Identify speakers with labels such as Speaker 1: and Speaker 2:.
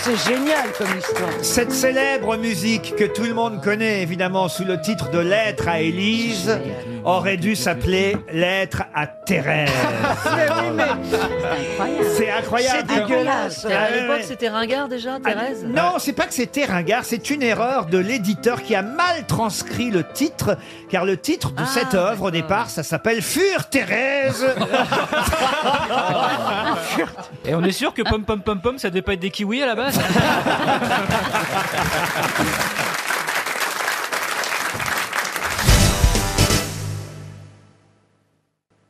Speaker 1: c'est génial comme histoire.
Speaker 2: Cette célèbre musique que tout le monde connaît évidemment sous le titre de Lettre à Élise aurait dû s'appeler Lettre à Thérèse. C'est incroyable.
Speaker 1: C'est dégueulasse.
Speaker 2: Ah,
Speaker 3: À
Speaker 2: ouais,
Speaker 3: l'époque,
Speaker 2: ouais. Ah,
Speaker 3: c'était ringard déjà, Thérèse
Speaker 2: Non, c'est pas que c'était ringard, c'est une erreur de l'éditeur qui a mal transcrit le titre, car le titre
Speaker 3: Ah,
Speaker 2: de cette œuvre au départ, ça s'appelle Fure Thérèse.
Speaker 4: Et on est sûr que pom pom pom pom, ça devait pas être des kiwis à la base